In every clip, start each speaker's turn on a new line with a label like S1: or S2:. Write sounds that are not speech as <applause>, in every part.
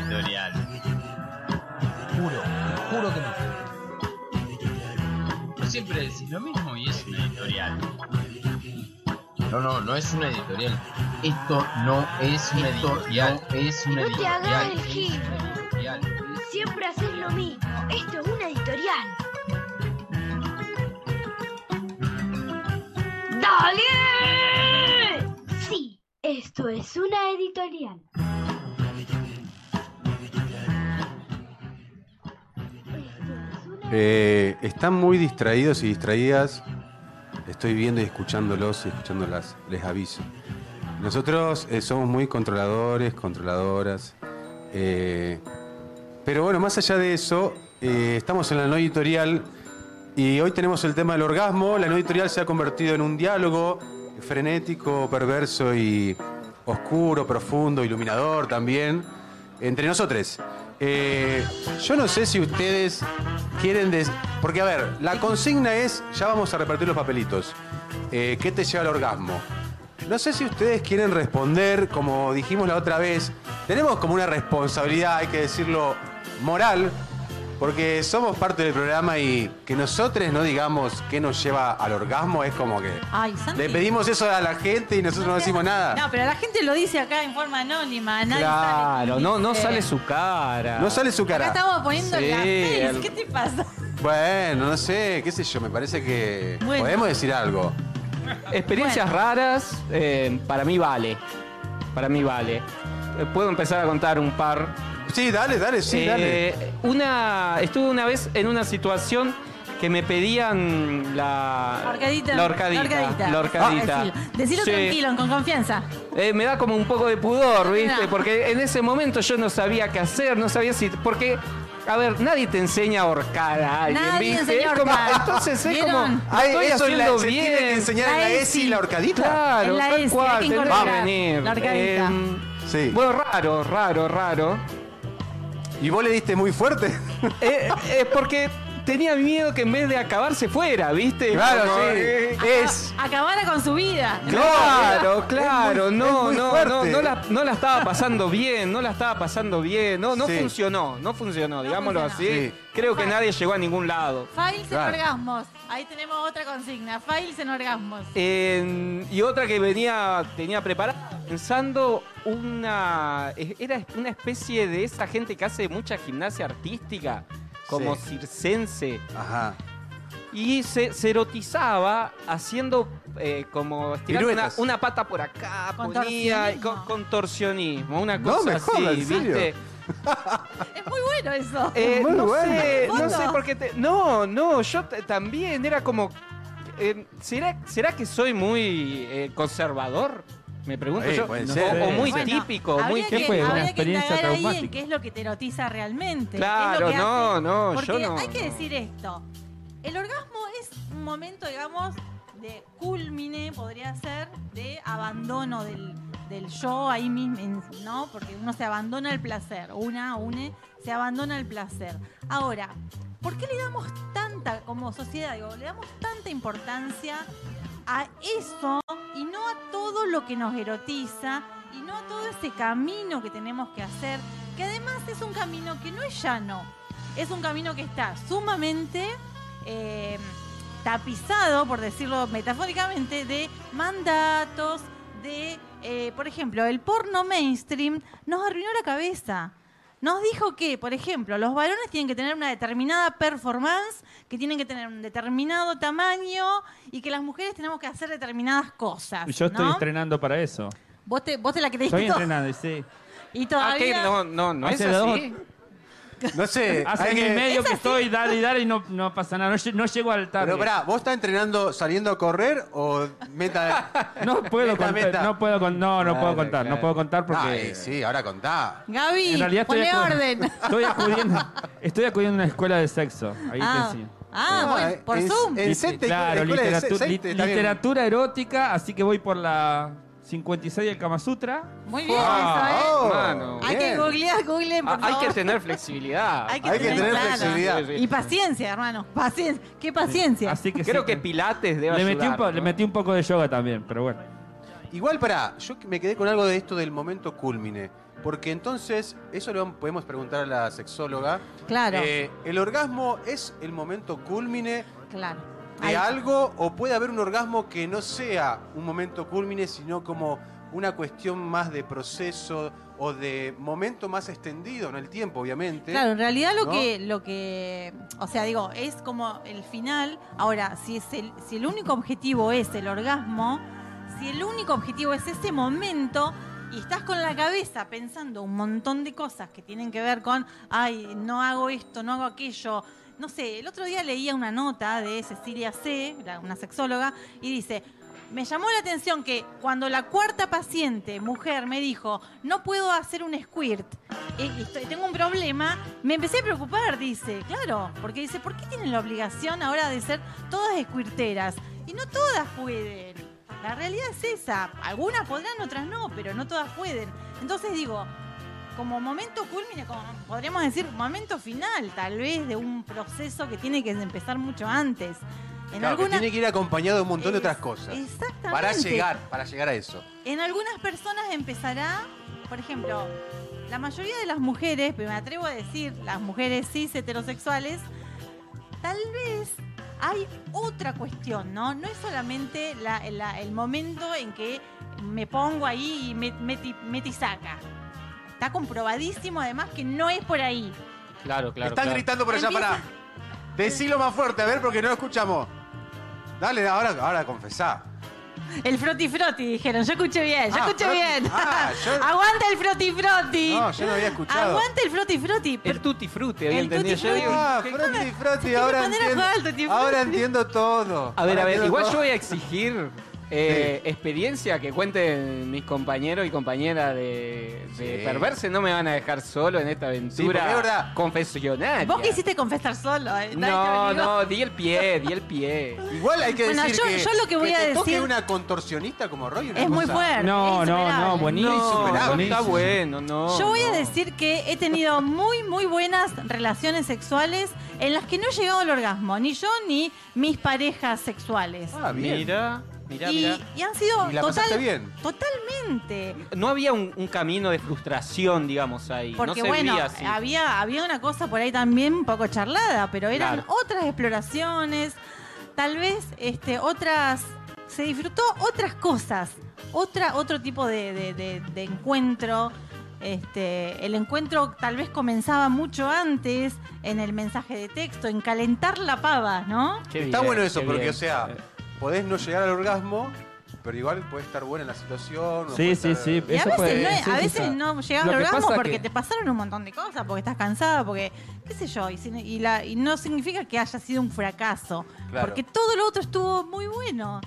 S1: editorial
S2: Juro, te juro que no.
S1: Siempre decís lo mismo y es una editorial. No, no, no es una editorial. Esto no es una
S2: Esto
S1: editorial. es una
S3: no te
S1: editorial.
S3: hagas el gil.
S1: Es una editorial.
S3: Siempre haces lo mismo. Esto es una editorial. ¡Dale! Sí, esto es una editorial. Esto es una-
S4: Eh, están muy distraídos y distraídas. Estoy viendo y escuchándolos y escuchándolas. Les aviso. Nosotros eh, somos muy controladores, controladoras. eh, pero bueno, más allá de eso, eh, estamos en la no editorial y hoy tenemos el tema del orgasmo. La no editorial se ha convertido en un diálogo frenético, perverso y oscuro, profundo, iluminador también entre nosotros. Eh, yo no sé si ustedes quieren... des- Porque a ver, la consigna es, ya vamos a repartir los papelitos. Eh, ¿Qué te lleva al orgasmo? No sé si ustedes quieren responder, como dijimos la otra vez, tenemos como una responsabilidad, hay que decirlo, moral, porque somos parte del programa y que nosotros no digamos qué nos lleva al orgasmo es como que...
S5: Ay, Santi.
S4: Le pedimos eso a la gente y nosotros no decimos nada.
S5: No, pero la gente lo dice acá en forma anónima. Nadie sabe
S6: Claro,
S5: quién
S6: no, no
S5: dice.
S6: sale su cara.
S4: No sale su cara.
S5: Acá estamos poniendo
S6: Sí,
S5: la face.
S6: el-
S5: ¿Qué te
S6: <laughs>
S5: pasa?
S4: Bueno, no sé, qué sé yo, me parece que
S5: Bueno.
S4: podemos decir algo.
S6: Experiencias raras, eh, para mí vale. Para mí vale. Eh, Puedo empezar a contar un par.
S4: Sí, dale, dale, sí,
S6: Eh,
S4: dale.
S6: Una, estuve una vez en una situación que me pedían la
S5: Horcadita.
S6: La horcadita. La horcadita.
S5: Decirlo
S6: Sí.
S5: Ah, tranquilo, con confianza.
S6: Eh, me da como un poco de pudor, ¿viste?
S5: No.
S6: Porque en ese momento yo no sabía qué hacer, no sabía si. Porque, a ver, nadie te enseña a ahorcar a alguien,
S5: Nadie
S6: ¿viste?
S5: enseña a
S6: Es como-
S5: ahorcar.
S6: entonces es
S5: ¿Vieron?
S6: como. lo
S4: Ay,
S6: estoy
S4: eso la,
S6: haciendo
S4: se
S6: bien.
S4: tiene que enseñar en la
S5: La
S4: ESI y
S5: ESI.
S4: la horcadita.
S6: Claro,
S5: En la
S6: tal
S5: ESI,
S6: cual,
S5: hay que
S6: tendrá
S5: incorporar
S6: que venir. Eh,
S5: la horcadita.
S4: Sí.
S6: bueno, raro, raro, raro.
S4: ¿Y vos le diste muy fuerte?
S6: Eh, eh, porque tenía miedo que en vez de acabar se fuera, ¿viste? Como, eh,
S4: Es.
S5: Acabara con su vida.
S6: Claro, claro,
S4: es muy- es
S6: no,
S4: muy
S6: no, no,
S4: fuerte.
S6: no la, no la estaba pasando bien, no la estaba pasando bien, no, no
S4: Sí.
S6: funcionó, no funcionó,
S5: No
S6: digámoslo
S5: funcionó.
S6: así.
S4: Sí.
S6: Creo que
S5: Bueno.
S6: nadie llegó a ningún lado.
S5: Files
S4: Claro.
S5: en orgasmos. Ahí tenemos otra consigna. Files en orgasmos.
S6: Eh. En- y otra que venía, tenía preparada, pensando una, e- era una especie de esa gente que hace mucha gimnasia artística, como
S4: Sí.
S6: circense,
S4: Ajá.
S6: y se, se erotizaba haciendo eh, como estirar una,
S4: Piruetas.
S6: una pata por acá, ponía,
S5: Contorsionismo.
S6: con, contorsionismo, una
S4: No
S6: cosa
S4: me jodas,
S6: así,
S4: ¿en serio?
S6: ¿viste?
S5: Es muy bueno eso.
S6: Eh,
S4: Muy
S6: no
S4: bueno.
S6: sé,
S5: ¿Fondo?
S6: no sé por qué te- No, no, yo t- también era como... eh, ¿será, ¿Será que soy muy eh, conservador? Me pregunto
S4: Eh,
S6: yo.
S4: puede
S6: o,
S4: ser.
S6: o muy
S5: Bueno,
S6: típico,
S5: habría
S6: muy
S5: que,
S6: típico.
S5: habría
S7: Una
S5: que
S7: experiencia
S5: indagar ahí en
S7: traumática.
S5: qué es lo que te erotiza realmente. qué es lo
S6: Claro,
S5: que hace.
S6: no, no,
S5: Porque
S6: yo no.
S5: hay que
S6: no.
S5: decir esto. El orgasmo es un momento, digamos, de culmine, podría ser, de abandono del, del yo ahí mismo, en- ¿no? Porque uno se abandona al placer, una, une, se abandona al placer. Ahora, ¿por qué le damos tanta, como sociedad, digo, le damos tanta importancia a eso y no a todo lo que nos erotiza y no a todo ese camino que tenemos que hacer, que además es un camino que no es llano, es un camino que está sumamente eh, tapizado, por decirlo metafóricamente, de mandatos, de, eh, por ejemplo, el porno mainstream nos arruinó la cabeza. Nos dijo que, por ejemplo, los varones tienen que tener una determinada performance, que tienen que tener un determinado tamaño y que las mujeres tenemos que hacer determinadas cosas.
S7: Yo estoy
S5: ¿no?
S7: estrenando
S5: <laughs>
S7: para eso.
S5: Vos te, vos te la creíste
S7: Estoy entrenando, sí.
S5: y
S6: Ah, ¿qué?
S5: todavía...
S6: No, no, no es
S7: Hace dos-
S6: así.
S4: No sé.
S7: Hace
S4: hay
S7: año
S4: que-
S7: y medio
S5: Es
S7: que
S5: así.
S7: estoy, dale y dale y no, no pasa nada. No, lle- no llego al target.
S4: Pero pará, ¿vos estás entrenando saliendo a correr o meta? <laughs>
S7: No puedo
S4: Meta,
S7: contar,
S4: meta.
S7: no puedo con- no, no puedo
S6: Claro,
S7: contar, no
S6: claro.
S7: puedo contar porque
S4: Ay, sí, ahora contá.
S5: Gaby,
S7: en realidad estoy
S5: ponle
S7: acu-
S5: orden.
S7: Estoy acudiendo, estoy acudiendo a una escuela de sexo, <laughs> ahí
S5: Ah,
S7: te enseño.
S5: ah, bueno, por
S4: en-
S5: Zoom.
S4: En
S7: Lit-
S4: Sente,
S7: claro,
S4: escuela de
S7: literatura,
S4: Sente,
S7: li-
S4: está bien.
S7: literatura erótica, así que voy por la 56 del Kama Sutra.
S5: Muy bien,
S6: Ah,
S5: eso, ¿eh?
S4: oh,
S6: Mano.
S5: Hay que
S4: bien.
S5: googlear, googleen, <laughs> por
S6: Ah, Hay
S5: favor.
S6: que tener flexibilidad.
S5: Hay
S4: Hay que tener
S5: claro.
S4: flexibilidad.
S6: Sí, sí.
S5: Y paciencia, hermano. Paciencia. Qué paciencia.
S7: Así
S6: <laughs>
S7: que
S6: Creo
S7: sí,
S6: que Pilates debe
S7: le metí, un
S6: ayudar,
S7: po-
S6: ¿no?
S7: le metí un poco de yoga también, pero bueno.
S4: Igual pará, yo que me quedé con algo de esto del momento culmine. Porque entonces, eso lo podemos preguntar a la sexóloga.
S5: Claro,
S4: Eh, ¿El orgasmo es el momento cúlmine
S5: claro.
S4: de
S5: Ahí-
S4: algo o puede haber un orgasmo que no sea un momento cúlmine, sino como una cuestión más de proceso o de momento más extendido en el tiempo, obviamente?
S5: Claro, en realidad lo
S4: ¿No?
S5: que, lo que, o sea, digo, es como el final. Ahora, si es el, si el único objetivo es el orgasmo, si el único objetivo es ese momento y estás con la cabeza pensando un montón de cosas que tienen que ver con, ay, no hago esto, no hago aquello. No sé, el otro día leía una nota de Cecilia C, la- una sexóloga, y dice, me llamó la atención que cuando la cuarta paciente, mujer, me dijo, no puedo hacer un squirt, eh, estoy- tengo un problema, me empecé a preocupar, dice, claro, porque dice, ¿por qué tienen la obligación ahora de ser todas squirteras? Y no todas pueden. La realidad es esa. Algunas podrán, otras no, pero no todas pueden. Entonces digo, como momento culmine, como podríamos decir, momento final, tal vez, de un proceso que tiene que empezar mucho antes.
S4: Claro,
S5: En
S4: que
S5: algunas-
S4: tiene que ir acompañado de un montón de otras cosas.
S5: Exactamente.
S4: Para llegar, para llegar a eso.
S5: En algunas personas empezará, por ejemplo, la mayoría de las mujeres, pero me atrevo a decir, las mujeres cis heterosexuales, tal vez hay otra cuestión, ¿no? No es solamente la- la- el momento en que me pongo ahí y me, me ti- me tisaca. Está comprobadísimo además que no es por ahí.
S6: Claro, claro.
S4: Están
S6: claro.
S4: gritando por allá,
S5: Empieza-
S4: para. Decilo más fuerte, a ver, porque no lo escuchamos. Dale, ahora, ahora confesá.
S5: El froti froti, dijeron. Yo escuché bien, yo
S4: Ah,
S5: escuché
S4: froti-
S5: bien.
S4: ah,
S5: <laughs>
S4: yo-
S5: Aguanta el froti froti.
S4: No, yo no había escuchado.
S5: Aguanta el froti froti.
S6: El
S5: pero-
S6: tutti frutti, había
S5: El
S6: entendido.
S5: tutti
S6: Yo digo,
S4: Ah,
S6: ¿qué-
S4: Froti, Froti,
S5: tiene
S4: ahora
S5: que poner a
S4: entiendo,
S5: jugar al Tutti Frutti.
S4: ahora entiendo todo.
S6: A ver,
S4: Ahora
S6: a ver,
S4: entiendo
S6: igual
S4: todo.
S6: yo voy a exigir eh, experiencia que cuenten mis compañeros y compañeras de, de
S4: Sí.
S6: Perverse. No me van a dejar solo en esta
S4: Sí, porque es
S6: aventura
S4: verdad.
S6: confesionaria.
S5: Vos quisiste confesar solo. eh, nadie te
S6: No,
S5: obligó.
S6: no, di el pie, di el pie.
S4: Igual hay que
S5: Bueno,
S4: decir
S5: yo-
S4: que,
S5: yo lo que voy a
S4: te toque
S5: decir-
S4: una contorsionista como Roy una
S5: Es muy
S4: cosa-
S5: fuerte.
S7: No,
S5: es
S7: no,
S5: insuperable.
S7: no, buenísimo.
S6: No, no está
S7: buenísimo.
S6: bueno, no.
S5: Yo voy a
S6: no.
S5: decir que he tenido muy, muy buenas relaciones sexuales en las que no he llegado al orgasmo, ni yo ni mis parejas sexuales.
S4: Ah, bien.
S6: Mira, mira,
S5: y,
S6: mira.
S5: y han sido
S4: Y la pasaste
S5: total-
S4: bien.
S5: totalmente.
S6: No había un, un camino de frustración, digamos, ahí. no
S5: Porque
S6: se
S5: bueno,
S6: veía así.
S5: había, había una cosa por ahí también un poco charlada, pero eran
S6: Claro.
S5: otras exploraciones, tal vez este, otras. Se disfrutó otras cosas, otra, otro tipo de, de- de- de encuentro. Este, el encuentro tal vez comenzaba mucho antes en el mensaje de texto, en calentar la pava, ¿no?
S6: Qué
S4: Está
S6: bien,
S4: bueno eso,
S6: qué
S4: porque,
S6: bien.
S4: o sea, podés no llegar al orgasmo, pero igual puede estar buena en la situación. o
S7: Sí,
S4: puede
S7: sí,
S4: estar-
S7: sí.
S5: Y a
S7: Eso
S5: veces,
S7: puede
S5: no, a
S7: ser,
S5: veces
S7: quizá.
S5: no llegas al
S7: Lo que
S5: orgasmo
S7: pasa
S5: porque
S7: que-
S5: te pasaron un montón de cosas, porque estás cansada, porque qué sé yo, y, sin- y la- y no significa que haya sido un fracaso,
S4: Claro.
S5: porque todo lo otro estuvo muy bueno.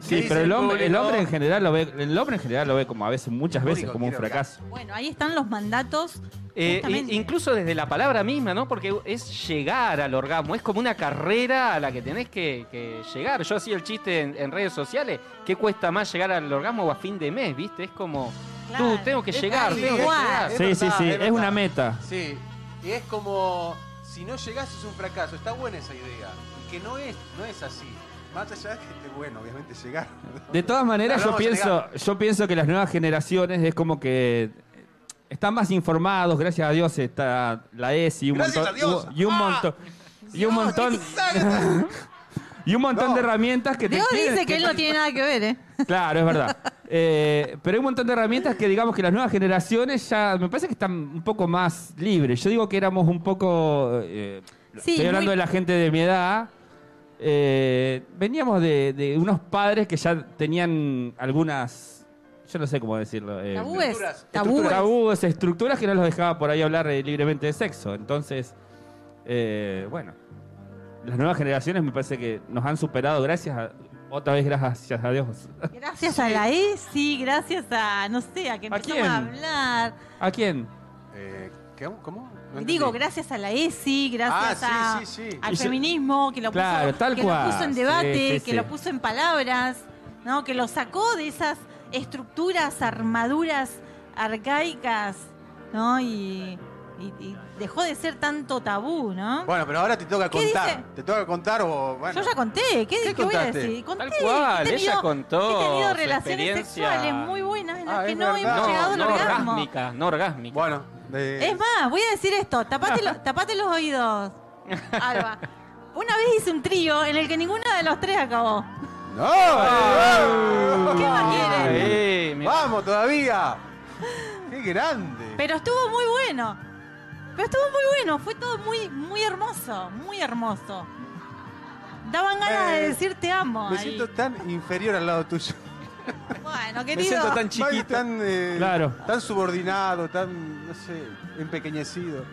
S4: ¿Qué
S7: Sí,
S4: dice
S7: pero el
S4: el
S7: hombre, el
S4: público?
S7: hombre en general lo ve, el hombre en general lo ve como a veces, muchas
S4: El
S7: veces,
S4: público
S7: como un
S4: quiere
S7: fracaso.
S5: Bueno, ahí están los mandatos.
S6: Eh,
S5: Justamente.
S6: i- incluso desde la palabra misma, ¿no? Porque es llegar al orgasmo, es como una carrera a la que tenés que, que llegar. Yo hacía el chiste en, en redes sociales, ¿qué cuesta más llegar al orgasmo o a fin de mes, viste? Es como,
S5: Claro.
S6: tú, tengo que
S5: Es
S6: llegar,
S5: ahí,
S6: tengo que
S5: igual.
S6: llegar.
S4: Es
S7: Sí, sí,
S4: verdad,
S7: sí,
S4: es
S7: es una
S4: verdad.
S7: meta.
S4: Sí, y es como, si no llegás es un fracaso, está buena esa idea. Y que no es, no es así. Más allá de que esté bueno, obviamente, llegar.
S7: De todas maneras,
S4: Pero
S7: yo
S4: vamos a
S7: pienso, yo pienso que las nuevas generaciones es como que están más informados, gracias a Dios está la ESI y un
S4: Gracias
S7: montón
S4: a Dios. Ah.
S7: y un montón y un montón y un montón
S4: No.
S7: de herramientas que te
S5: Diego
S7: quieren-
S5: dice que él no tiene nada que ver, ¿eh?
S7: Claro, es verdad. Eh, pero hay un montón de herramientas que digamos que las nuevas generaciones ya me parece que están un poco más libres. Yo digo que éramos un poco... eh,
S5: Sí,
S7: estoy hablando
S5: muy-
S7: de la gente de mi edad. eh, veníamos de, de unos padres que ya tenían algunas... Yo no sé cómo decirlo. eh,
S5: Tabúes.
S4: estructuras,
S5: Tabúes.
S7: tabúes, estructuras que no los dejaba por ahí hablar eh, libremente de sexo. Entonces, eh, bueno, las nuevas generaciones me parece que nos han superado gracias a... Otra vez gracias a Dios.
S5: Gracias a la ESI, gracias a, no sé, a que
S7: ¿A
S5: empezamos a,
S7: quién?
S5: hablar.
S7: ¿A quién?
S4: Eh, ¿qué? ¿Cómo? No entendí.
S5: Digo, gracias a la ESI, gracias
S4: Ah, sí,
S5: a-
S4: sí, sí.
S5: al
S7: Y se-
S5: feminismo, que, lo,
S7: Claro,
S5: puso,
S7: tal
S5: que
S7: cual.
S5: lo puso en
S7: Sí,
S5: debate,
S7: sí,
S5: que
S7: sí.
S5: lo puso en palabras, ¿no? que lo sacó de esas estructuras, armaduras arcaicas, ¿no? Y Y, y dejó de ser tanto tabú, ¿no?
S8: Bueno, pero ahora te toca
S5: ¿Qué
S8: contar.
S5: dice?
S8: Te toca contar o bueno.
S5: Yo ya conté, ¿qué, qué voy a
S8: contaste?
S5: decir? Conté,
S6: Tal cual,
S5: he tenido-
S6: ella contó
S5: He tenido
S6: su
S5: relaciones
S6: experiencia.
S5: sexuales muy buenas en las
S8: Ah,
S5: que
S8: es
S5: no
S8: verdad.
S5: hemos llegado
S6: No,
S5: al
S6: no
S5: orgasmo.
S6: orgásmica, no orgásmica.
S8: Bueno, de-
S5: Es más, voy a decir esto, tapate, lo- tapate los oídos, Alba. Una vez hice un trío en el que ninguna de los tres acabó.
S8: ¡No!
S5: ¿Qué más quieren?
S6: Eh, me-
S8: ¡Vamos todavía! ¡Qué grande!
S5: Pero estuvo muy bueno. Pero estuvo muy bueno, fue todo muy, muy hermoso, muy hermoso. Daban ganas
S8: Eh,
S5: de decir te amo.
S8: Me
S5: ahí.
S8: siento tan inferior al lado
S5: <laughs>
S8: tuyo.
S5: Bueno,
S8: Me
S5: querido.
S8: siento tan chiquito. Tan, eh,
S7: Claro.
S8: tan subordinado, tan, no sé, empequeñecido.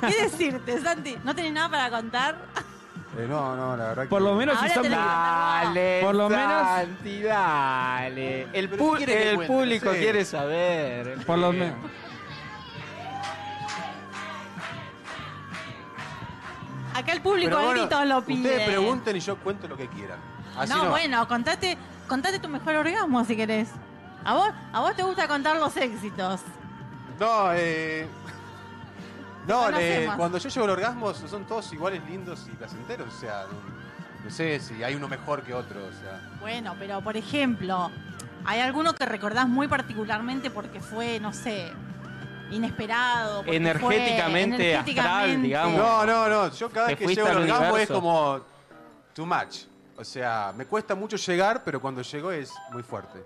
S8: <laughs>
S5: ¿qué decirte, Santi? ¿No tenés nada para contar?
S8: Eh, no, no, la verdad que.
S7: Por lo menos si
S5: Ahora
S7: son
S5: te lo-
S6: Dale,
S7: Por lo menos-
S6: Santi, dale. El,
S8: Pero
S6: pu-
S8: ¿qué quiere que
S6: el
S8: cuente?
S6: público
S8: Sí.
S6: quiere saber.
S7: Por lo
S6: Eh,
S7: menos.
S5: Acá el público
S8: Pero
S5: al
S8: bueno,
S5: grito lo pide.
S4: Ustedes pregunten y yo cuento lo que quieran. Así
S5: no,
S4: no.
S5: bueno, contate, contate tu mejor orgasmo si querés. A vos, a vos te gusta contar los éxitos.
S4: No, eh. No, eh,
S5: Conocemos.
S4: cuando yo llego al orgasmo son todos iguales, lindos y placenteros. O sea, no, no sé si hay uno mejor que otro. O sea,
S5: Bueno, pero por ejemplo, ¿hay alguno que recordás muy particularmente porque fue, no sé, inesperado? porque fue
S6: Energéticamente astral, digamos.
S4: no, no, no. Yo cada
S6: Te
S4: vez que
S6: fuiste
S4: llego al
S6: al
S4: orgasmo
S6: universo.
S4: es como. Too much. O sea, me cuesta mucho llegar, pero cuando llego es muy fuerte.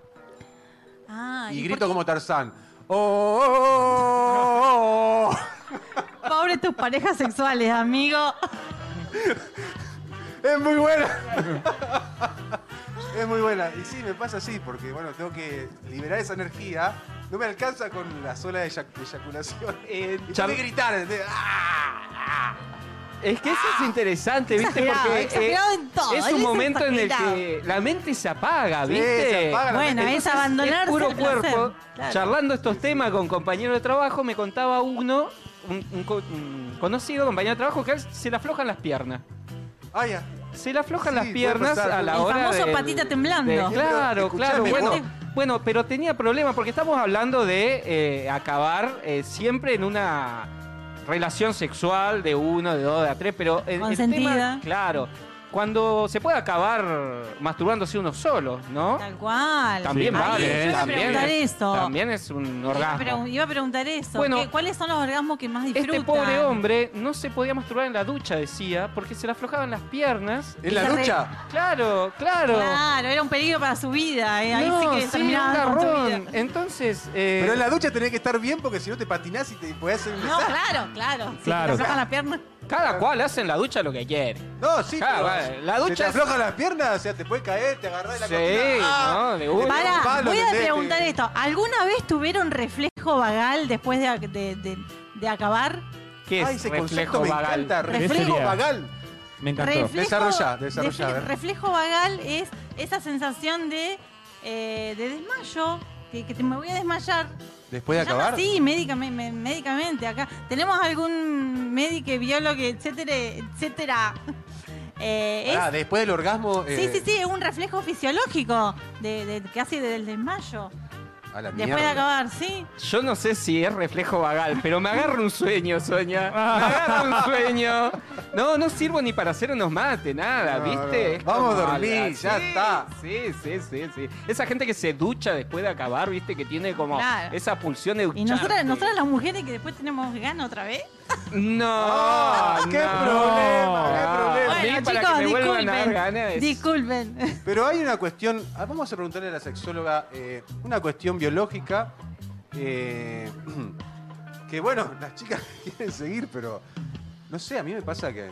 S5: Ah,
S4: y
S5: ¿y
S4: grito
S5: por qué-
S4: como Tarzán. ¡Oh! oh, oh, <laughs> oh,
S5: Pobre tus parejas sexuales, amigo.
S4: oh! Es muy buena. <laughs> es muy buena. Y sí, me pasa así, porque bueno, tengo que liberar esa energía. No me alcanza con la sola eyac- eyaculación. <laughs>
S6: Eh,
S4: Y
S6: Char-
S4: tengo que gritar. ¿entendés? ¡Ah!
S6: Es que eso es interesante, ¿viste?
S5: Exagerado,
S6: Porque eh,
S5: exagerado en todo,
S6: es
S5: él
S6: un
S5: es
S6: momento en el
S5: exagerado.
S6: que la mente se apaga,
S4: Sí,
S6: ¿viste?
S4: se apaga la
S5: Bueno,
S4: mente.
S5: es abandonarse.
S6: Es puro
S5: al placer.
S6: cuerpo.
S5: Claro.
S6: Charlando estos temas con compañeros de trabajo, me contaba uno, un, un co- un conocido compañero de trabajo, que a él se le aflojan las piernas.
S4: Ah, ya.
S6: Se le aflojan
S4: Sí,
S6: las
S4: puede
S6: piernas
S4: pasar.
S6: a la
S5: El
S6: hora
S5: famoso
S6: del-
S5: patita temblando.
S6: del- claro, claro.
S4: Escuchame,
S6: Bueno,
S5: vos-
S6: bueno, pero tenía problemas porque estamos hablando de eh, acabar eh, siempre en una relación sexual de uno, de dos, de a tres, pero el, el
S5: Consentida.
S6: tema, claro, cuando se puede acabar masturbándose uno solo, ¿no?
S5: Tal cual.
S6: También
S5: Ahí,
S6: vale,
S5: Yo iba a
S6: también.
S5: preguntar eso.
S6: También es un
S5: Iba a
S6: orgasmo.
S5: pregun- Iba a preguntar eso.
S6: Bueno,
S5: ¿Qué- ¿Cuáles son los orgasmos que más disfrutan?
S6: Este pobre hombre no se podía masturbar en la ducha, decía, porque se le aflojaban las piernas.
S4: ¿En la
S5: Esa re-
S4: ducha?
S6: Claro, claro.
S5: Claro, era un peligro para su vida. eh. Ahí sí
S6: No,
S5: que terminaba
S6: un
S5: con su
S6: garrón.
S5: vida.
S6: Entonces, eh,
S4: Pero en la ducha tenés que estar bien porque si no te patinás y te podés hacer un
S5: No, claro, claro. Si
S7: Claro.
S5: te aflojan las piernas.
S6: cada cual hace en la ducha lo que quiere.
S4: No, sí,
S6: Claro,
S4: pero
S6: vale, la
S4: se
S6: ducha
S4: te
S6: es-
S4: aflojan las piernas, o sea, te puede caer, te agarrás de la Ah,
S6: Sí,
S4: cortina.
S6: no, de una.
S4: Te
S5: Pará,
S4: pegás un palo,
S5: voy a
S4: ¿entendés?
S5: preguntar esto. ¿Alguna vez tuvieron reflejo vagal después de, de- de- de acabar?
S6: ¿Qué es
S4: Ay, ese
S6: reflejo
S4: concepto me
S6: vagal?
S4: encanta. Reflejo
S7: Reflejo.
S4: vagal.
S7: Me encantó.
S4: Desarrollá, desarrollá,
S5: desfle-
S4: a ver.
S5: reflejo vagal es esa sensación de, eh, de desmayo, que, que te- me voy a desmayar.
S4: ¿Después de
S5: Se llama
S4: acabar?
S5: así, médica- me- me- médicamente. Acá tenemos algún médico, biólogo, etcétera, etcétera. Eh, es-
S4: Ah, después del orgasmo. eh,
S5: Sí, sí, sí, es un reflejo fisiológico, de, de- casi del desmayo.
S4: A la
S5: Después de
S4: mierda.
S5: acabar, sí.
S6: Yo no sé si es reflejo vagal, pero me agarra un sueño, Sonia. Me agarra
S4: <laughs>
S6: un sueño. No, no sirvo ni para hacer unos mates, nada,
S4: No,
S6: ¿viste?
S4: no.
S6: Es
S4: Vamos a
S6: como
S4: dormir,
S6: la-
S4: ya
S6: Sí,
S4: está.
S6: Sí, sí, sí, sí. Esa gente que se ducha después de acabar, ¿viste? Que tiene como
S5: Claro.
S6: esa pulsión de
S5: Y
S6: ducharte.
S5: nosotras, nosotras las mujeres que después tenemos ganas otra vez.
S6: No,
S4: Ah, ¡Qué
S6: no.
S4: problema!
S6: No.
S4: ¡Qué problema!
S6: Bueno,
S5: Bueno,
S6: para
S5: chicos,
S6: que me vuelvan a dar
S5: disculpen.
S6: ganas.
S5: Disculpen.
S4: Pero hay una cuestión. ah, Vamos a preguntarle a la sexóloga eh, una cuestión biológica. eh, <clears throat> que bueno, <laughs> las chicas quieren seguir, pero. No sé, a mí me pasa que.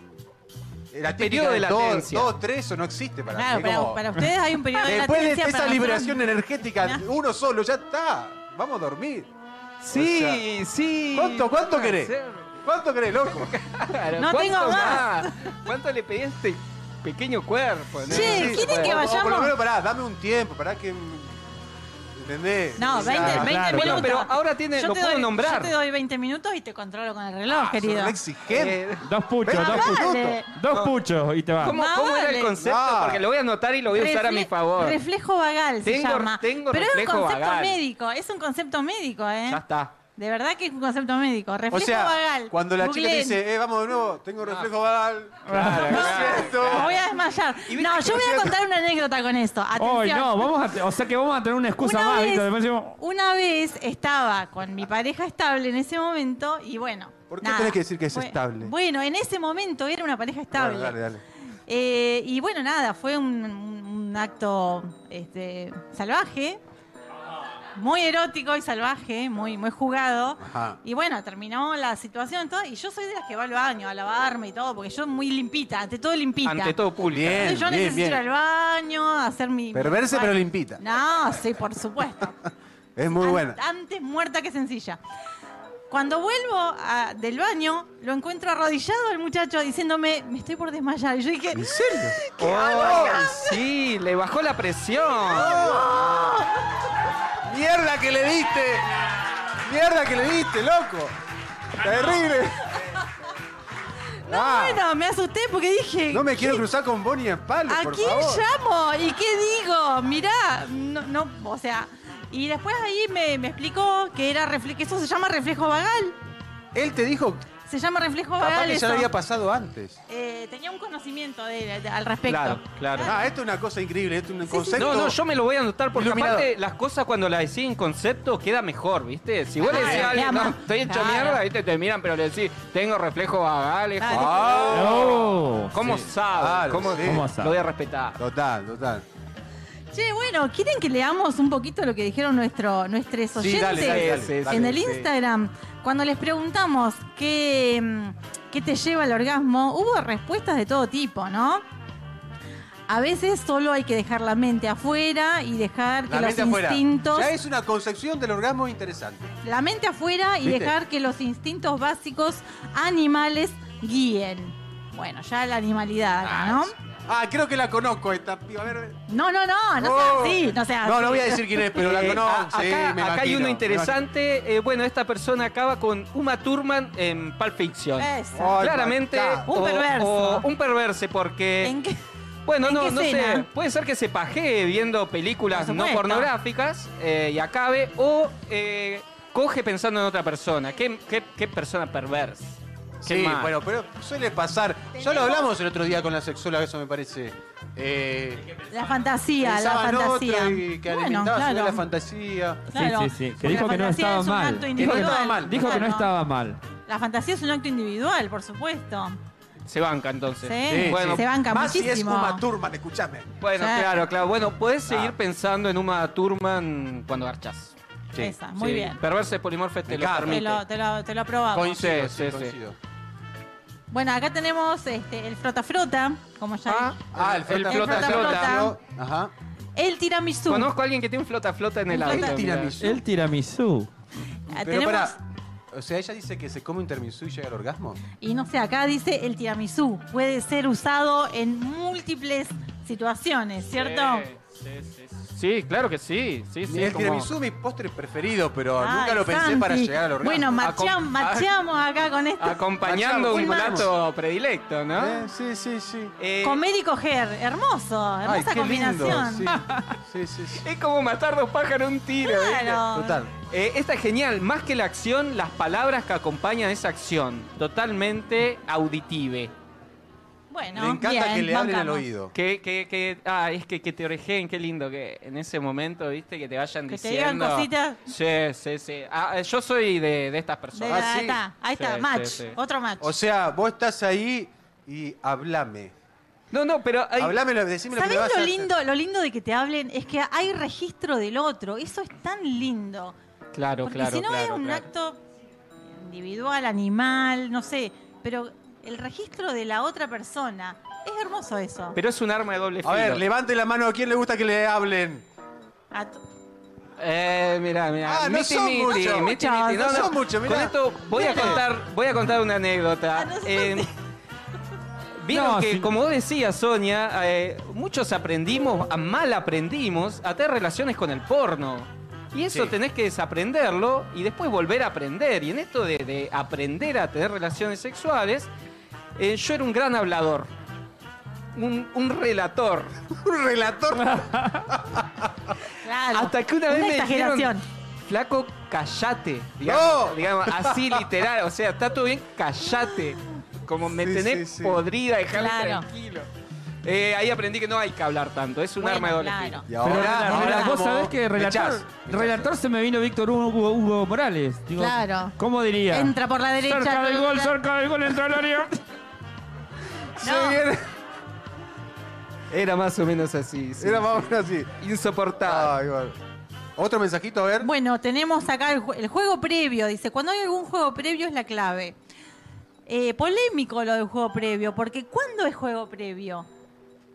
S4: La típica
S6: Periodo de
S4: todo-
S6: latencia.
S4: Todo, tres o no existe para
S5: Claro,
S4: mí.
S5: para,
S4: como-
S5: para ustedes hay un periodo de
S4: Después de
S5: latencia,
S4: esa
S5: para
S4: liberación
S5: nosotros-
S4: energética, uno solo, ya está. Vamos a dormir.
S6: Sí,
S4: O
S6: sí. Ah,
S4: ¿Cuánto- cuánto querés? ¿Cuánto crees, loco?
S6: Claro,
S5: No
S6: ¿cuánto
S5: tengo más?
S6: ¿Cuánto le pedí a este pequeño cuerpo? no?
S5: Che,
S4: <laughs>
S6: Sí,
S5: ¿quieren
S6: bueno.
S5: que
S4: O- o por lo
S5: vayamos?
S4: menos, pará, dame un tiempo, pará que. ¿Entendés?
S5: No,
S4: O sea,
S5: 20, 20
S7: claro.
S5: minutos.
S6: Bueno, pero ahora tiene-
S5: Yo
S6: lo
S5: te
S6: puedo
S5: doy-
S6: nombrar.
S5: Yo te doy 20 minutos y te controlo con el reloj,
S4: ah,
S5: querido.
S4: son re exigentes.
S6: Eh,
S7: Dos puchos,
S4: Ah,
S7: dos
S4: vale.
S7: puchos.
S5: Vale.
S7: Dos puchos y te va.
S6: ¿Cómo,
S5: Ah. Más
S6: cómo era el
S5: vale.
S6: concepto?
S4: No.
S6: Porque lo voy a anotar y lo voy a usar a
S5: Refle-
S6: mi favor.
S5: Reflejo vagal se
S6: Tengo-
S5: llama.
S6: tengo
S5: Pero es un
S6: reflejo
S5: concepto
S6: vagal.
S5: médico, es un concepto médico, ¿eh?
S6: Ya está.
S5: De verdad que es un concepto médico. Reflejo
S4: O sea,
S5: vagal.
S4: cuando la chica te
S5: Googleen.
S4: dice, eh, vamos de nuevo, tengo reflejo vagal.
S7: Claro,
S4: ¿No es cierto?
S5: Me voy a desmayar. No, yo voy a contar una anécdota con esto. Atención.
S7: Hoy no, vamos a, te- o sea que vamos a tener una excusa
S5: Una
S7: más,
S5: vez-
S7: ¿viste? Después decimos,
S5: Una vez estaba con mi pareja estable en ese momento y bueno.
S4: ¿Por qué
S5: nada.
S4: tenés que decir que es estable?
S5: Bueno, en ese momento era una pareja estable.
S4: Bueno, dale, dale.
S5: Eh, y bueno, nada, fue un, un- un acto este, salvaje, muy erótico y salvaje, muy, muy jugado.
S4: Ajá.
S5: Y bueno, terminó la situación y todo, y yo soy de las que va al baño a lavarme y todo, porque yo muy limpita, ante todo limpita.
S6: Ante todo público.
S4: Bien,
S5: Entonces yo
S4: bien,
S5: necesito ir al
S4: bien.
S5: baño, hacer mi...
S4: Perversa
S5: mi-
S4: pero limpita.
S5: No, sí, por supuesto.
S4: Es muy
S5: An-
S4: buena.
S5: Antes muerta que sencilla. Cuando vuelvo a- del baño, lo encuentro arrodillado al muchacho diciéndome, me estoy por desmayar. Y yo dije,
S4: ¿En serio?
S5: Ah,
S6: ¡Oh, sí! Le bajó la presión.
S4: ¡Mierda que le diste! ¡Mierda que le diste, loco! ¡Terrible!
S5: No,
S4: Ah,
S5: bueno, me asusté porque dije.
S4: no me quiero cruzar con Bonnie en palo,
S5: ¿A
S4: por
S5: quién
S4: favor.
S5: llamo? ¿Y qué digo? Mirá, no, no, o sea. Y después ahí me, me explicó que era refle- que eso se llama reflejo vagal.
S4: Él te dijo,
S5: Se llama reflejo
S4: papá,
S5: vagal.
S4: que ya
S5: eso.
S4: le había pasado antes.
S5: Eh, tenía un conocimiento de- de- al respecto.
S6: Claro, claro.
S4: Ah, esto es una cosa increíble, esto es un concepto.
S6: No, no, yo me lo voy a anotar porque
S4: Iluminado.
S6: aparte las cosas cuando las decís en concepto queda mejor, ¿viste? Si vos le decís a
S5: Claro,
S6: alguien,
S5: queda
S6: no,
S5: más-
S6: estoy hecho
S5: claro.
S6: mierda, ¿viste? Te miran, pero le decís, tengo reflejo vagal, hijo.
S5: Claro.
S4: Ah,
S7: no.
S6: ¿Cómo sabe?
S4: Claro,
S6: ¿Cómo,
S4: sí.
S6: cómo
S7: sabe?
S6: Lo voy a respetar.
S4: Total, total.
S5: Che, bueno, ¿quieren que leamos un poquito lo que dijeron nuestro, nuestros oyentes?
S4: Sí, dale, dale, dale.
S6: Sí, sí,
S4: dale.
S5: en el
S6: sí.
S5: Instagram, cuando les preguntamos qué, mm, qué te lleva al orgasmo, hubo respuestas de todo tipo, ¿no? A veces solo hay que dejar la mente afuera y dejar que
S4: La
S5: los
S4: mente afuera.
S5: instintos.
S4: Ya es una concepción del orgasmo interesante.
S5: La mente afuera y
S4: ¿Viste?
S5: dejar que los instintos básicos animales guíen. Bueno, ya la animalidad acá, ¿no?
S4: Ah, creo que la conozco esta piba. A ver.
S5: No, no, no, no sea
S4: Oh.
S5: así, no sea
S4: No,
S5: así.
S4: no voy a decir quién es, pero la
S6: Eh, a-
S4: conozco.
S6: acá
S4: sí, me
S6: acá hay
S4: imagino,
S6: uno
S4: me
S6: interesante. eh, bueno, esta persona acaba con Uma Thurman en Pulp Fiction.
S5: Eso.
S4: Ay,
S6: Claramente,
S4: machado.
S5: Eh, Un
S6: o-
S5: perverso.
S6: o un perverse, porque.
S4: eh.
S5: ¿En qué?
S6: Bueno,
S5: ¿En
S6: no,
S5: qué
S6: no sé.
S5: escena?
S6: Puede ser que se pajee viendo películas
S5: Por
S6: no
S5: supuesto.
S6: pornográficas eh, y acabe, o eh, coge pensando en otra persona. ¿Qué, qué- qué persona perversa? Qué
S4: Sí,
S6: mal.
S4: bueno, pero suele pasar. Ya lo
S5: Tenemos-
S4: hablamos el otro día con la sexóloga, eso me parece. Eh,
S5: La fantasía, la
S4: pensaban
S5: fantasía.
S4: otra y que
S5: Bueno,
S4: alimentaba su
S5: claro.
S4: la fantasía.
S5: Claro,
S7: Sí, sí, sí, que
S5: porque
S7: dijo
S5: la
S7: que no
S5: fantasía
S7: estaba
S5: es un
S7: mal.
S5: acto
S7: Que
S4: no estaba
S5: individual.
S4: mal.
S7: Dijo que no
S5: Claro.
S7: estaba mal.
S5: La fantasía es un acto individual, por supuesto.
S6: Se banca entonces.
S5: Sí,
S6: Bueno,
S5: se banca
S4: Más si es
S5: muchísimo.
S4: Uma Thurman, escúchame.
S6: bueno,
S5: Sí.
S6: claro, claro. Bueno, puedes seguir
S4: Ah.
S6: pensando en una Thurman cuando garchás.
S4: Sí.
S5: Esa, Ah, muy
S6: Sí,
S5: bien.
S6: Perverse polimorfe te
S4: Me
S6: lo
S4: encanta.
S5: Te
S6: permite.
S5: lo, te lo- te lo aprobamos.
S4: Coincido,
S6: Sí,
S4: sí,
S6: sí, sí.
S4: coincido.
S5: Bueno, acá tenemos este, el frota frota, como ya.
S6: Ah,
S4: Ah, el
S6: el
S4: flota,
S6: flota, flota.
S4: Ajá.
S5: El tiramisú.
S6: Conozco a alguien que tiene un flota flota en el
S5: Un
S6: auto.
S5: flota-
S6: mirá.
S4: El tiramisú.
S7: El tiramisú.
S5: Ah,
S4: Pero
S5: tenemos-
S4: pará, O sea, ella dice que se come un tiramisú y llega al orgasmo.
S5: Y no sé, acá dice el tiramisú. Puede ser usado en múltiples situaciones, ¿cierto?
S6: Sí, sí, sí. Sí, claro que sí. sí, sí
S4: el
S6: como-
S4: tiramisú es mi postre preferido, pero
S5: Ay,
S4: nunca lo pensé para
S5: Santi.
S4: llegar al orgasmo.
S5: Bueno,
S4: Ah,
S5: marcham-
S6: Acom-
S5: marchamos acá con esto.
S6: Acompañando un
S5: Machado.
S6: plato predilecto, ¿no?
S4: Eh, Sí, sí, sí.
S6: Eh,
S5: Comer y coger, hermoso,
S4: Ay,
S5: hermosa
S4: qué lindo,
S5: combinación.
S4: Sí, sí, sí. sí.
S6: es como matar dos pájaros en un tiro. ¿viste?
S5: Claro.
S4: Total.
S6: Eh, esta es genial. Más que la acción, las palabras que acompañan esa acción. Totalmente auditive.
S5: Bueno,
S4: Me encanta
S5: bien,
S4: que le hablen al
S5: bancamos.
S4: oído.
S6: Que, que, que, ah, es que, que te orejeen, qué lindo que en ese momento, viste, que te vayan
S5: Que te digan
S6: diciendo.
S5: cositas.
S6: Sí, sí, sí. Ah, eh, yo soy de, de estas
S5: De
S6: personas.
S4: Ah,
S5: la-
S4: sí.
S5: Ahí está, ahí
S6: Sí,
S5: está,
S6: sí,
S5: match,
S6: sí.
S5: otro match.
S4: O sea, vos estás ahí y hablame.
S6: No, no, pero hay,
S4: Hablámelo, decime lo que me
S5: ¿Sabés
S4: vas a
S5: lo
S4: hacer.
S5: lindo, lo lindo de que te hablen? Es que hay registro del otro, eso es tan lindo.
S6: Claro,
S5: Porque
S6: claro,
S5: si no
S6: claro,
S5: es un
S6: claro.
S5: acto individual, animal, no sé, pero el registro de la otra persona, es hermoso eso.
S6: Pero es un arma de doble filo.
S4: A ver, levante la mano a quien le gusta que le hablen. <laughs>
S5: A tu-
S6: Eh, mirá, mirá.
S4: Ah, no
S6: Miti,
S4: son
S6: miti,
S4: muchos.
S6: miti, miti. No,
S4: No
S6: no.
S4: son muchos, mirá.
S6: Con esto voy a
S4: Mirá.
S6: contar, voy a contar una anécdota.
S5: Ah, no son
S6: Eh, Vieron
S7: No,
S6: que,
S7: sí.
S6: como vos decías, Sonia, eh, muchos aprendimos, a mal aprendimos, a tener relaciones con el porno. Y eso
S4: Sí.
S6: tenés que desaprenderlo y después volver a aprender. Y en esto de, de aprender a tener relaciones sexuales, eh, yo era un gran hablador, un, un relator.
S4: Un relator.
S5: claro.
S6: Hasta que una vez me dijeron,
S5: exageración.
S6: Flaco, callate. Digamos, digamos, <laughs> así literal. O sea, está todo bien, callate. Como me
S8: Sí,
S6: tenés
S8: sí, sí.
S6: podrida, dejame
S5: Claro.
S6: tranquilo. Eh, ahí aprendí que no hay que hablar tanto, es un
S5: Bueno,
S6: arma de doble filo.
S5: claro.
S8: Y
S7: Pero
S8: ahora,
S7: mira,
S8: ahora
S7: mira, vos
S8: como-
S7: sabés que
S8: Me
S7: relator,
S8: echás, me echás.
S7: relator se me vino Víctor Hugo, Hugo Morales. Digo,
S9: Claro.
S7: ¿Cómo diría?
S5: Entra por la derecha.
S7: cerca del gol, cerca del gol, entra al área.
S8: Se
S5: No.
S8: viene-
S6: Era más o menos así. sí.
S8: Era más o menos así.
S6: Insoportable.
S8: Ay, bueno. Otro mensajito, a ver.
S5: Bueno, tenemos acá el, ju- el juego previo. Dice, cuando hay algún juego previo es la clave. Eh, polémico lo del juego previo, porque ¿cuándo es juego previo?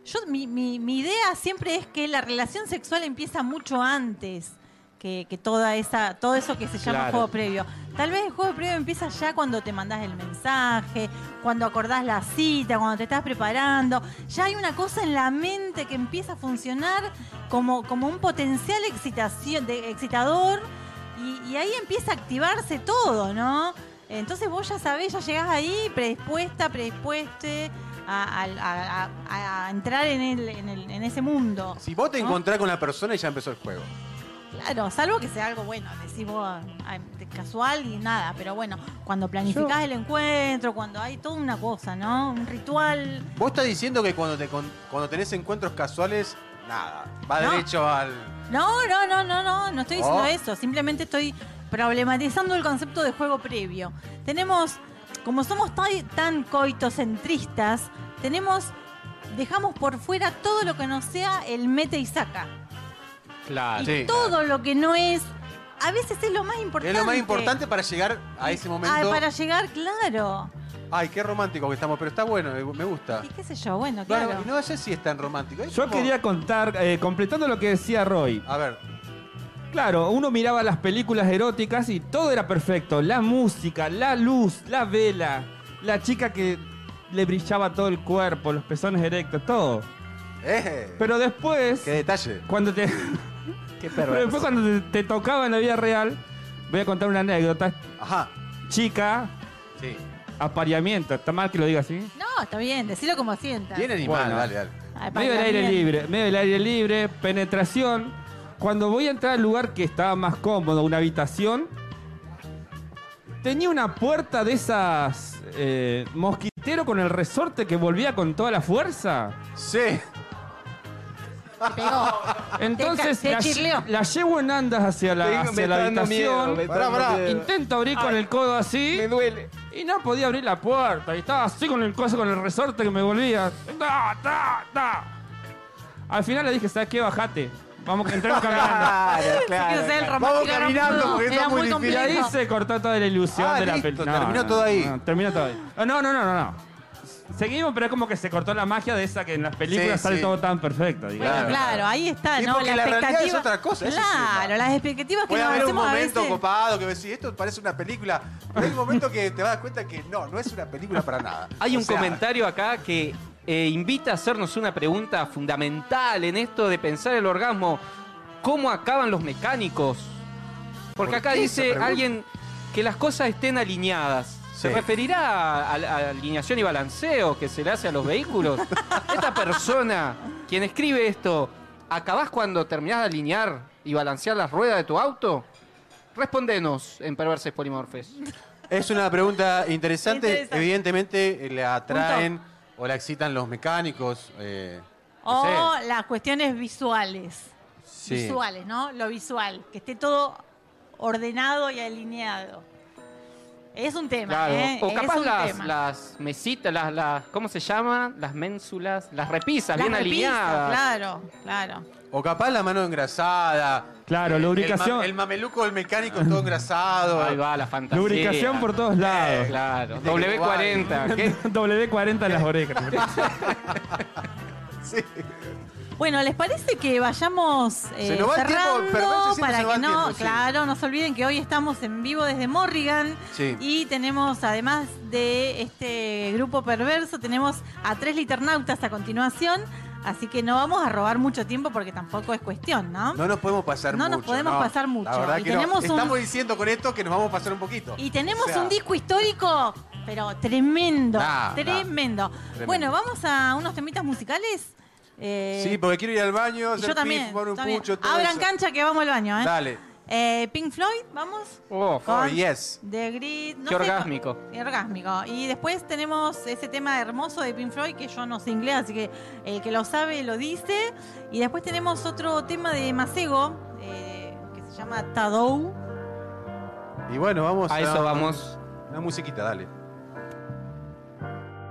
S5: Yo, mi, mi- mi idea siempre es que la relación sexual empieza mucho antes que, que toda esa, todo eso que se llama
S6: Claro.
S5: juego previo. Tal vez el juego previo empieza ya cuando te mandás el mensaje, cuando acordás la cita, cuando te estás preparando. Ya hay una cosa en la mente que empieza a funcionar como, como un potencial excitación, de, excitador y, y ahí empieza a activarse todo, ¿no? Entonces vos ya sabés, ya llegás ahí predispuesta, predispueste a, al- a- a- a entrar en, el, en, el- en ese mundo.
S4: Si vos te
S5: ¿no?
S4: encontrás con la persona y ya empezó el juego.
S5: Claro, salvo que sea algo bueno, decís vos, ay, casual y nada, pero bueno, cuando planificás el encuentro, cuando hay toda una cosa, ¿no? Un ritual.
S4: Vos estás diciendo que cuando, te con- cuando tenés encuentros casuales, nada. Va
S5: No.
S4: derecho al.
S5: No, no, no, no, no, no estoy diciendo
S4: Oh.
S5: eso. Simplemente estoy problematizando el concepto de juego previo. Tenemos, como somos tan, tan coitocentristas, tenemos, dejamos por fuera todo lo que no sea el mete y saca.
S6: Claro.
S5: y
S4: sí.
S5: todo lo que no es, a veces es lo más importante.
S4: Es lo más importante para llegar a ese momento.
S5: Ah, para llegar, claro.
S4: Ay, qué romántico que estamos, pero está bueno, eh, me gusta.
S5: Y qué sé yo, bueno,
S4: Claro,
S5: claro.
S4: y no sé si es tan romántico. es
S7: Yo
S4: como-
S7: quería contar, eh, completando lo que decía Roy.
S4: A ver,
S7: Claro, uno miraba las películas eróticas y todo era perfecto. La música, la luz, la vela, la chica que le brillaba todo el cuerpo, los pezones erectos, todo.
S4: eh,
S7: Pero después,
S4: qué detalle. <laughs>
S7: cuando te,
S6: Ah, Qué
S7: pero después cuando te, te tocaba en la vida real, voy a contar una anécdota.
S4: Ajá,
S7: Chica,
S4: sí.
S7: apareamiento, está mal que lo diga así.
S5: No, está bien, decilo como sientas.
S4: Bien animal,
S7: Bueno.
S4: dale, dale.
S5: Ay, para
S7: Medio del aire
S5: bien. <laughs>
S7: libre, medio del aire libre, penetración. Cuando voy a entrar al lugar que estaba más cómodo, una habitación, tenía una puerta de esas eh, mosquitero con el resorte que volvía con toda la fuerza.
S4: Sí.
S7: Entonces
S5: Ah, Te ca- te
S7: la, lle-
S5: chirleó.
S7: la llevo en andas hacia la, hacia la habitación.
S8: Pará, pará.
S7: intento abrir con el codo así
S6: Me duele.
S7: y no podía abrir la puerta. Y estaba así con el coso, con el resorte que me volvía. Ta, ta, ta. Al final le dije, ¿sabes qué? Bajate. Vamos, entremos caminando.
S4: <laughs>
S6: Claro,
S5: Sí, o sea, el romántico
S8: Vamos
S5: era
S8: caminando, porque
S5: era
S8: está muy
S7: Y
S8: difícil.
S7: ahí
S5: complejo.
S7: se cortó toda la ilusión
S4: Ah,
S7: de la
S4: listo,
S7: película.
S4: terminó todo ahí.
S7: terminó todo ahí. Ah, No, no, no, no, no. Seguimos, pero es como que se cortó la magia de esa que en las películas
S4: Sí,
S7: sale
S4: sí.
S7: todo tan perfecto. digamos.
S5: Bueno, claro, ahí está,
S4: Sí,
S5: ¿no?
S4: porque la realidad
S5: expectativa.
S4: es otra cosa, ese es el
S5: Claro,
S4: tema.
S5: las expectativas que
S4: Puede
S5: nos
S4: haber un
S5: hacemos a
S4: momento
S5: veces.
S4: copado que decís, esto parece una película. Pero hay un momento que te vas a dar cuenta que no, no es una película para nada.
S6: Hay
S4: O
S6: un
S4: sea,
S6: comentario acá que eh, invita a hacernos una pregunta fundamental en esto de pensar el orgasmo. ¿Cómo acaban los mecánicos? Porque
S4: ¿Por
S6: acá
S4: qué esa
S6: dice
S4: pregunta?
S6: alguien que las cosas estén alineadas. ¿Se
S4: Sí.
S6: referirá a, a la alineación y balanceo que se le hace a
S4: <laughs>
S6: los vehículos? Esta persona, quien escribe esto, ¿acabás cuando terminás de alinear y balancear las ruedas de tu auto? Respondenos en Perverses Polimorfes.
S4: Es una pregunta interesante.
S5: Interesante.
S4: Evidentemente eh, la atraen o la excitan los mecánicos. eh, no sé.
S5: O las cuestiones visuales.
S4: Sí.
S5: Visuales, ¿no? Lo visual, que esté todo ordenado y alineado. Es un tema,
S6: Claro.
S5: ¿eh?
S6: O
S5: Es
S6: capaz
S5: un
S6: las,
S5: tema.
S6: las mesitas, las, las. ¿Cómo se llaman? Las ménsulas, las repisas,
S5: Las
S6: bien
S5: repisas,
S6: alineadas.
S5: Claro, claro.
S4: O capaz la mano engrasada.
S7: Claro,
S4: Eh, El,
S7: lubricación.
S4: ma- el mameluco del mecánico todo engrasado.
S6: Ahí va la fantasía.
S7: Lubricación por todos lados.
S6: Claro.
S4: Viste que
S6: W40.
S7: <laughs>
S6: ¿qué?
S7: W40 en las orejas.
S4: Sí.
S5: Bueno, ¿les parece que vayamos eh,
S4: Se nos va el tiempo,
S5: cerrando
S4: perdón, se siente,
S5: para
S4: se
S5: que
S4: nos va el
S5: no,
S4: tiempo, sí.
S5: claro, no se olviden que hoy estamos en vivo desde Morrigan
S4: Sí.
S5: y tenemos además de este grupo perverso tenemos a tres liternautas a continuación, así que no vamos a robar mucho tiempo porque tampoco es cuestión, ¿no?
S4: No nos podemos pasar
S5: No
S4: mucho.
S5: nos podemos pasar mucho.
S4: La verdad
S5: Y
S4: que no.
S5: tenemos un-
S4: Estamos diciendo con esto que nos vamos a pasar un poquito.
S5: Y tenemos
S4: O sea,
S5: un disco histórico, pero tremendo,
S4: Nah, nah.
S5: tremendo. Bueno, vamos a unos temitas musicales. Eh,
S4: Sí, porque quiero ir al baño,
S5: y
S4: hacer
S5: yo también.
S4: pis, fumar un
S5: también.
S4: pucho, todo
S5: Abran
S4: eso.
S5: cancha que vamos al baño, ¿eh?
S4: Dale.
S5: Eh, Pink Floyd, vamos.
S6: Oh,
S5: Con
S4: Oh, yes.
S5: The Grid.
S6: qué orgásmico.
S5: Y orgásmico. Y después tenemos ese tema hermoso de Pink Floyd que yo no sé inglés, así que el que lo sabe lo dice. Y después tenemos otro tema de Macego eh, que se llama Tadou.
S4: Y bueno, vamos
S6: A eso vamos.
S4: Una musiquita, dale.